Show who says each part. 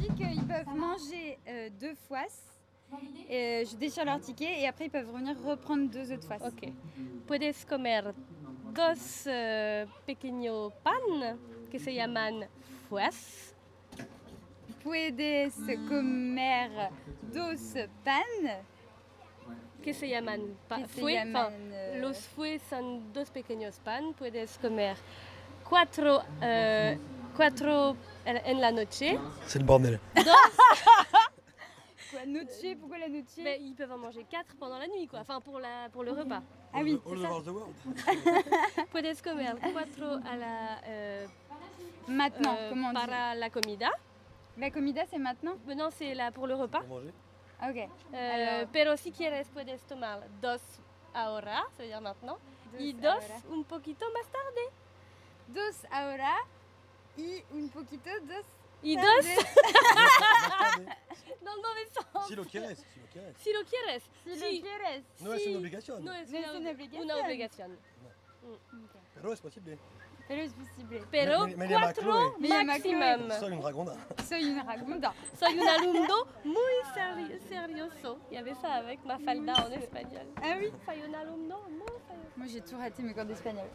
Speaker 1: dit qu'ils peuvent manger euh, deux foisses. Et euh, je déchire leur ticket et après ils peuvent venir reprendre deux œufs de foisse.
Speaker 2: Ok. Puedes comer dos eh, pequeño pan que se llaman fuas.
Speaker 1: Puedes comer dos pan.
Speaker 2: Que se llaman pa-
Speaker 1: Que se
Speaker 2: fue-
Speaker 1: llaman,
Speaker 2: enfin,
Speaker 1: eh,
Speaker 2: Los fues son dos pequeños pan. Puedes comer cuatro, eh, cuatro eh, en en la noche.
Speaker 3: C'est le bordel.
Speaker 1: Quoi, noche Pourquoi la noche
Speaker 2: Mais ils peuvent en manger quatre pendant la nuit, quoi. Enfin, pour, la, pour le repas.
Speaker 1: Ah oui,
Speaker 3: All
Speaker 1: c'est ça.
Speaker 3: over the world.
Speaker 2: Puedes comer cuatro a la, eh,
Speaker 1: Maintenant,
Speaker 2: eh,
Speaker 1: comment on dit
Speaker 2: para la comida.
Speaker 1: La comida c'est maintenant
Speaker 2: Maintenant, c'est là pour le repas.
Speaker 3: Pour manger.
Speaker 1: Ah, Ok.
Speaker 2: Euh,
Speaker 1: Alors-
Speaker 2: pero si quieres puedes tomar dos ahora, ça veut dire maintenant, y dos
Speaker 1: ahora.
Speaker 2: un poquito más tarde.
Speaker 1: Dos ahora y un poquito dos.
Speaker 2: Y dos
Speaker 1: tarde.
Speaker 2: dans le mauvais sens.
Speaker 3: hein. Si lo quieres, si lo quieres.
Speaker 2: Si lo quieres.
Speaker 1: Si
Speaker 2: Si-
Speaker 1: lo quieres.
Speaker 3: No es
Speaker 2: si-
Speaker 3: una obligación,
Speaker 2: No es
Speaker 1: No es
Speaker 2: una,
Speaker 1: una obligación.
Speaker 2: una obligación.
Speaker 1: Ok.
Speaker 3: pero es posible.
Speaker 1: Fais-le possible.
Speaker 2: Pero
Speaker 3: Me- me llama
Speaker 2: cuatro
Speaker 3: Chloé.
Speaker 1: Me llama
Speaker 2: maximum.
Speaker 3: Soy une dragona.
Speaker 1: Soy une ragunda.
Speaker 2: Soy un alumno muy seri- serioso. Il y avait ça avec Mafalda en espagnol.
Speaker 1: Ah oui
Speaker 2: Soy un alumno muy serioso.
Speaker 1: Moi j'ai tout raté mes cours d'espagnol.